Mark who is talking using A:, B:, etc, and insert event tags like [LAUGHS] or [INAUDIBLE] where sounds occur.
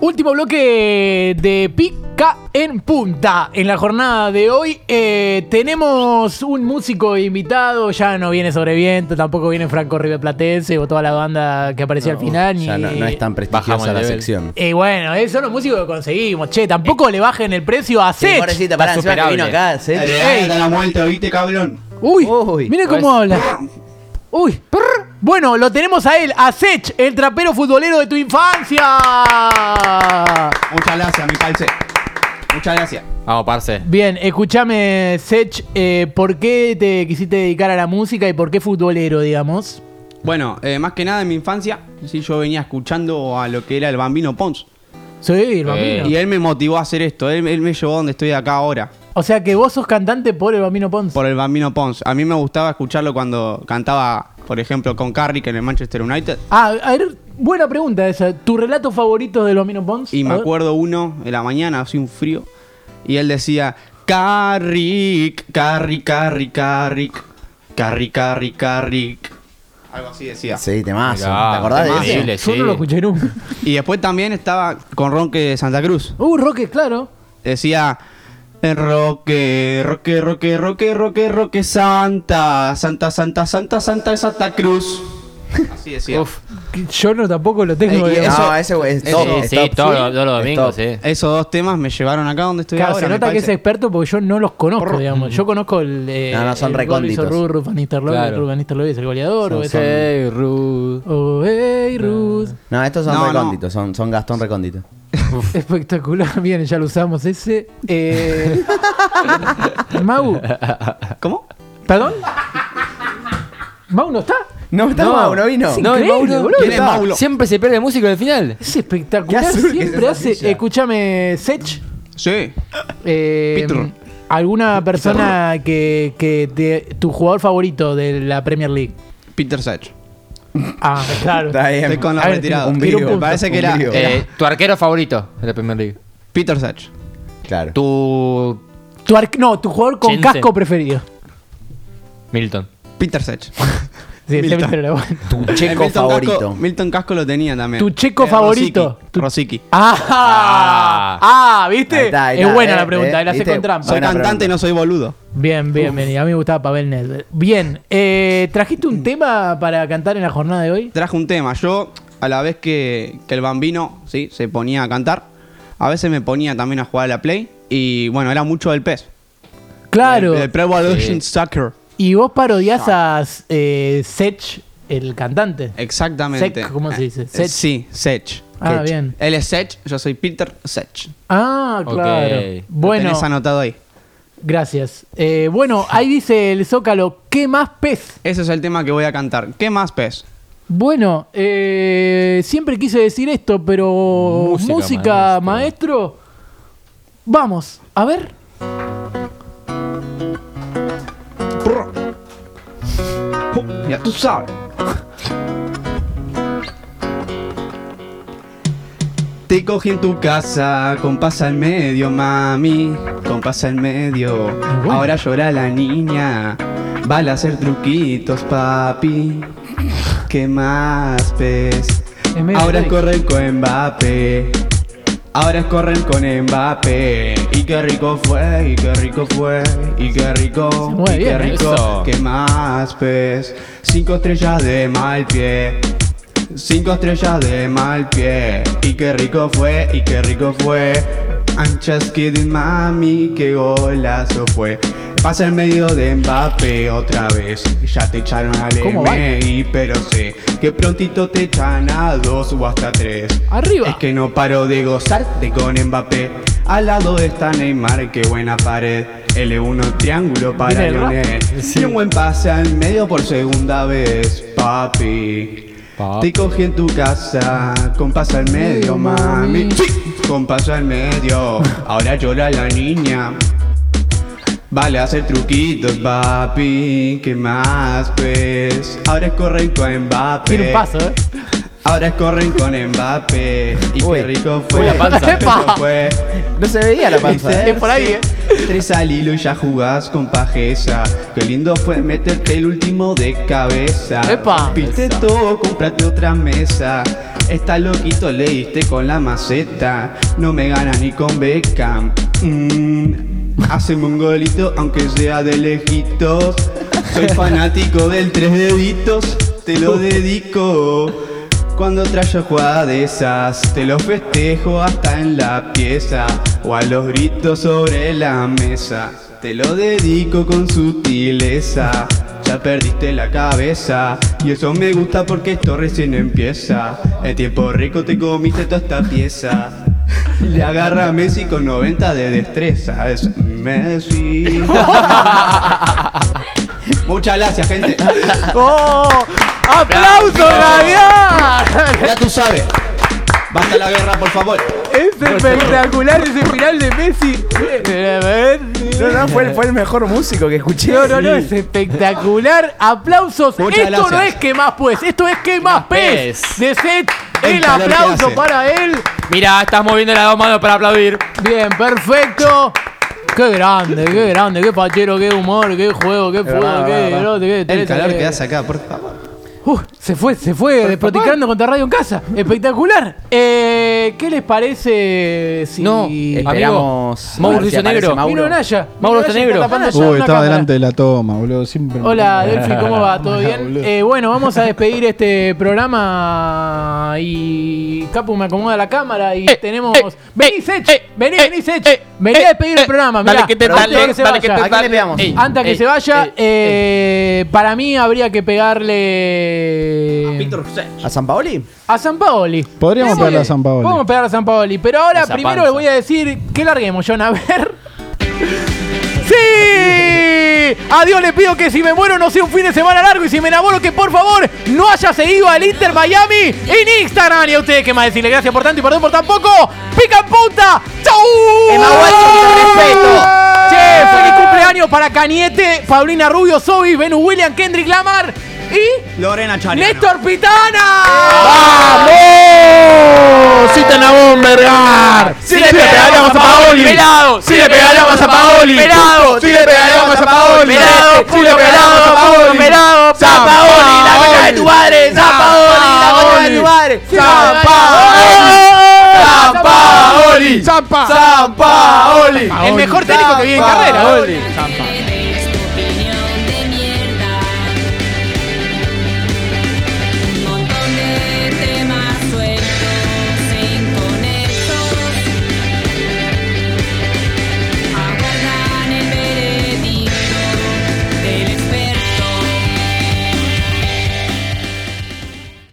A: Último bloque de Pica en Punta. En la jornada de hoy eh, tenemos un músico invitado. Ya no viene Sobreviento, tampoco viene Franco Riverplatense o toda la banda que apareció al final.
B: Ya
A: ni-
B: no, no es tan
C: Bajamos
B: prestigiosa
C: el
B: la
C: nivel.
B: sección.
A: Y bueno, eh, son los músicos que conseguimos. Che, tampoco le bajen el precio a
D: Sí,
A: Sech.
D: pobrecito, pará, encima que vino acá, ¿sí?
E: Dale,
A: Ey.
E: dale, da la vuelta, ¿viste, cabrón?
A: Uy,
D: Uy,
A: mire cómo habla. Uy, prr. bueno, lo tenemos a él, a Sech, el trapero futbolero de tu infancia.
E: Muchas gracias, mi calce. Muchas gracias.
C: Vamos, parce.
A: Bien, escúchame, Sech, eh, ¿por qué te quisiste dedicar a la música y por qué futbolero, digamos?
F: Bueno, eh, más que nada en mi infancia, sí, yo venía escuchando a lo que era el bambino Pons.
A: Soy el bambino.
F: Eh, Y él me motivó a hacer esto, él, él me llevó donde estoy acá ahora,
A: O sea que vos sos cantante por el bambino Pons.
F: por el bambino Pons. A mí me gustaba escucharlo cuando cantaba, por ejemplo, con Carrick en el Manchester United.
A: Ah, a ver, buena pregunta esa. ¿Tu relato favorito del bambino Pons?
F: Y me
A: A ver.
F: acuerdo uno de la mañana, así un frío, y él decía, Carrick, Carrick, Carrick, Carrick, Carrick, Carrick, Carrick. Algo así decía.
B: Sí, temazo.
C: Mirá,
B: ¿Te acordás de
C: temazo.
B: ese?
C: Chile,
A: Ah, Yo
C: sí.
A: no lo escuché nunca.
F: Y después también estaba con Ronque de Santa Cruz.
A: Uh, Roque, claro.
F: Decía eh, Roque, Roque, Roque, Roque, Roque, Roque Santa, Santa, Santa, Santa, Santa de Santa Cruz. Así decía.
A: Yo no tampoco lo tengo.
B: Eh,
F: Ey, y
A: digamos.
F: eso-
B: no, ese güey es
C: Sí,
B: top,
C: sí,
B: es top,
C: todos los- todos los domingos,
B: es top.
C: sí.
F: Esos dos temas me llevaron acá donde estoy
A: Claro,
F: ahora.
A: se
F: me
A: nota que es
F: parece.
A: experto porque yo no los conozco, digamos. Yo conozco el. eh,
B: No, no, son
A: el
B: recónditos.
A: Robinson Ruth, Rufan Nistelrooy,
C: Claro.
A: Rufan Nistelrooy es el goleador. o es el-
C: Hey, Ruth.
A: Oh, hey, Ruth.
B: No, estos son
F: No, no.
B: recónditos, son, son Gastón recóndito.
A: Espectacular, [LAUGHS] bien, ya lo usamos ese. Eh... Mau,
F: ¿Cómo?
A: ¿perdón? ¿Mau no está?
B: No, está Mau, no vino.
A: Es
C: No,
A: increíble,
C: Mauro.
A: boludo.
F: ¿Quién es Mauro?
C: Siempre se pierde el músico en el final.
A: Es espectacular,
B: Qué azul que
A: siempre
B: es esa
A: hace.
B: silla.
A: Escúchame, Sech.
F: Sí.
A: eh,
F: Pitru.
A: ¿Alguna persona que, que te- tu jugador favorito de la Premier League?
F: Peter Sech.
A: Ah, claro.
B: Está bien.
F: Estoy con los
A: A ver,
F: retirados.
A: un
F: Me
A: vivo.
F: parece que
B: Un
F: era
B: vivo.
F: eh,
C: Eh, tu arquero favorito de la Premier League.
F: Peter Sech.
B: Claro.
C: Tu
A: Tu arque- no, tu jugador con
C: Jensen.
A: casco preferido.
C: Milton.
A: [LAUGHS]
F: Peter Sech.
A: Sí, ese
F: Milton.
A: me lo hago.
B: Tu
F: El
B: checo
F: Milton
B: favorito.
F: Casco, Milton Casco lo tenía también.
A: Tu checo favorito. Tu-
F: Rosicky.
A: Ah, ah, ¿viste?
B: Ahí está, ahí está,
A: es buena
B: eh,
A: la pregunta,
B: eh,
A: la hace
B: ¿viste?
A: con trampa.
F: Soy
B: Buena
F: cantante
B: pregunta.
F: y no soy boludo.
A: Bien, bien, bien. Y A mí me gustaba Pavel Nedved. Bien, eh, ¿trajiste un tema para cantar en la jornada de hoy?
F: traje un tema. Yo, a la vez que, que el bambino ¿sí? se ponía a cantar, a veces me ponía también a jugar a la Play. Y bueno, era mucho del PES.
A: Claro.
F: Del Pro Evolution
C: Sí.
F: Soccer.
A: Eh, Y vos parodias a eh, Sech, el cantante.
F: Eh, Exactamente.
A: Sech, ¿cómo se dice?
F: Eh,
A: Sech.
F: Sí, Sech.
A: Ah,
F: Sech.
A: bien.
F: Él es Sech, yo soy Peter Sech.
A: Ah,
C: Ok.
A: claro.
C: Lo
F: Lo
A: Bueno,
F: tenés anotado ahí.
A: gracias. Eh, bueno, ahí dice el Zócalo, ¿qué más pez?
F: Ese es el tema que voy a cantar. ¿Qué más PES?
A: Bueno, eh, siempre quise decir esto, pero música,
C: Música,
A: maestro. Vamos, a ver.
F: Uh, Ya tú sabes. Te cogí en tu casa, con pasa al medio, mami, con pasa al medio.
A: bueno.
F: Ahora llora la niña, vale a hacer truquitos, papi. ¿Qué más ves?
A: Es medio
F: Ahora
A: fake.
F: corren con Mbappé. Ahora corren con Mbappé. Y qué rico fue, y qué rico fue, y qué rico,
A: mueve
F: y qué
A: bien, ¿eh?
F: rico.
C: Eso.
F: ¿Qué más ves? Cinco estrellas de mal pie. Cinco estrellas de mal pie. Y qué rico fue, y qué rico fue. I'm just kidding, mami, qué golazo fue. Pasa en medio de Mbappé otra vez. Ya te echaron al
A: ¿Cómo va?
F: MI, pero sé que prontito te echan a dos o hasta tres.
A: Arriba.
F: Es que no paro de gozar de con Mbappé. Al lado está Neymar, qué buena pared. L1 triángulo para
A: Viene el rap.
F: Lionel. Y un buen pase al medio por segunda vez, papi.
C: Papi.
F: Te cogí en tu casa, con pase al medio, mami. Sí, con pase al medio. Ahora llora la niña. Vale hacer truquitos, papi. ¿Qué más ves? Ahora es correcto a Mbappé.
A: Tiene un paso, ¿eh?
F: Ahora corren con Mbappé. Y
B: Uy.
F: qué rico fue.
C: Uy, la panza.
F: qué rico
A: Epa.
F: fue.
B: No se veía
F: [LAUGHS]
B: la panza.
A: Es por ahí, ¿eh?
F: Tres al hilo y ya jugás con pajeza. Qué lindo fue meterte el último de cabeza.
A: Epa.
F: Viste todo, cómprate otra mesa. Está loquito, le diste con la maceta. No me gana ni con Beckham. Mm, haceme un golito, aunque sea de lejitos. Soy fanático del tres deditos, te lo dedico. Cuando trayo jugadas de esas, te lo festejo hasta en la pieza o a los gritos sobre la mesa. Te lo dedico con sutileza. Ya perdiste la cabeza y eso me gusta porque esto recién empieza. En tiempo rico te comiste toda esta pieza. Le agarra a Messi con 90 de destreza. Es
E: [LAUGHS]
F: Messi.
E: Muchas gracias, gente.
A: ¡Oh! ¡Aplauso,
B: [LAUGHS]
A: Gabriel!
E: Ya tú sabes. Basta la guerra, por favor.
A: Es espectacular ese final de Messi.
B: No, no, fue, el- fue el mejor músico que escuché.
A: No, no, no, es espectacular. Aplausos.
E: Muchas
A: esto no
E: gracias.
A: es que más pues, esto es que más pez.
C: pez.
A: De set, el
E: El calor que
A: aplauso
E: hace.
A: para él.
C: Mira, estás moviendo las dos manos para aplaudir.
A: Bien, perfecto. Qué grande, qué grande, qué pachero, qué humor, qué juego, qué fuego,
B: verdad,
A: qué
B: verdad,
A: brote, qué
E: El
A: treta,
E: calor
A: qué-
E: que hace acá, por favor.
A: Uh, se fue, se fue desproticando contra Radio en Casa. Espectacular. Eh, ¿Qué les parece si.
C: No,
B: Esperamos.
C: Mauro
B: a ver si
C: Río
B: aparece
C: Negro.
B: Mauro.
A: Vino Naya.
C: Mauro
A: Vino Naya y
C: Montenegro.
A: está tapando ya
D: Uy,
A: una
D: estaba
A: cámara.
D: delante de la toma, boludo. Siempre me-
A: Hola Delphi, ¿cómo va?
C: [LAUGHS]
A: ¿Todo
C: Ah,
A: bien?
D: Boludo.
A: Eh, bueno, vamos a despedir este programa y Capu me acomoda la cámara y
C: Eh,
A: tenemos...
C: eh,
A: vení,
C: eh,
A: Sech,
C: eh,
A: vení,
C: eh,
A: vení, Sech,
C: eh,
A: vení
C: eh,
A: a despedir el
C: eh,
A: programa,
C: dale
A: mirá,
C: que te-
A: antes de
C: dale,
A: que se
C: dale eh, que
A: vaya.
C: te-
B: ¿A quién le pegamos?
C: Ey,
A: Antes de que
C: ey,
A: se vaya,
C: ey,
A: eh, para mí habría que pegarle
B: ¿A San Paoli?
A: a San Paoli.
D: Podríamos
A: Sí,
D: pegarle a San Paoli.
A: Podemos pegar a San Paoli, pero ahora
C: Esa
A: primero
C: panza.
A: le voy a decir que larguemos, John, a
C: [LAUGHS]
A: ver. ¡Sí! A Dios le pido que si me muero no sea un fin de semana largo y si me enamoro que por favor no haya seguido al Inter Miami en Instagram. Y a ustedes qué más decirle gracias por tanto y perdón por tan poco. ¡Pica en punta! ¡Chau! Che, feliz cumpleaños para Cañete, Paulina Rubio, Zoe, Venus William, Kendrick Lamar y
E: Lorena Chani.
A: Néstor Pitana.
G: ¡Vamos! ¡Sí te la bomba, Edgar! ¡Sí le pegaríamos a Paoli!
C: ¡Pelado!
G: ¡Sí le pegaríamos a Paoli!
C: ¡Pelado!
G: ¡Sí le pegaríamos a Paoli!
C: ¡Pelado!
G: ¡Sí le pegaríamos a Paoli!
C: ¡Pelado!
G: ¡San Paoli, la concha de tu madre! ¡San Paoli, la concha de tu madre! ¡San Paoli! ¡San Paoli! ¡San Paoli!
A: El mejor técnico que viene en carrera.
G: Paoli.
A: boludo.